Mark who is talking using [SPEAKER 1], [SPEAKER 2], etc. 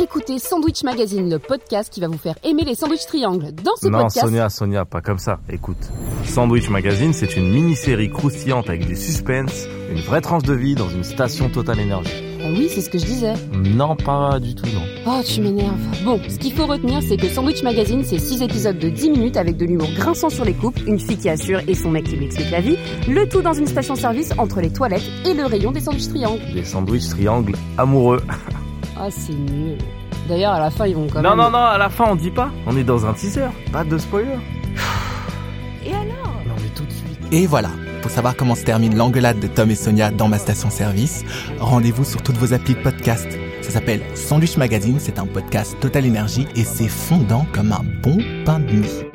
[SPEAKER 1] écoutez Sandwich Magazine, le podcast qui va vous faire aimer les sandwichs triangles. Dans ce
[SPEAKER 2] Non,
[SPEAKER 1] podcast,
[SPEAKER 2] Sonia, Sonia, pas comme ça. Écoute, Sandwich Magazine, c'est une mini-série croustillante avec des suspens, une vraie tranche de vie dans une station Total Energy.
[SPEAKER 1] Ah oui, c'est ce que je disais.
[SPEAKER 2] Non, pas du tout, non.
[SPEAKER 1] Oh, tu m'énerves. Bon, ce qu'il faut retenir, c'est que Sandwich Magazine, c'est 6 épisodes de 10 minutes avec de l'humour grinçant sur les couples, une fille qui assure et son mec qui lui explique la vie, le tout dans une station-service entre les toilettes et le rayon des sandwichs triangles.
[SPEAKER 2] Des sandwichs triangles amoureux.
[SPEAKER 1] Ah, c'est nul. D'ailleurs, à la fin, ils vont quand
[SPEAKER 2] non,
[SPEAKER 1] même...
[SPEAKER 2] non, non, à la fin, on dit pas. On est dans un teaser. Pas de spoiler.
[SPEAKER 1] Et alors
[SPEAKER 2] Non, mais tout de suite.
[SPEAKER 3] Et voilà, pour savoir comment se termine l'engueulade de Tom et Sonia dans ma station-service, rendez-vous sur toutes vos applis de podcast. Ça s'appelle Sandwich Magazine, c'est un podcast Total Énergie et c'est fondant comme un bon pain de mie.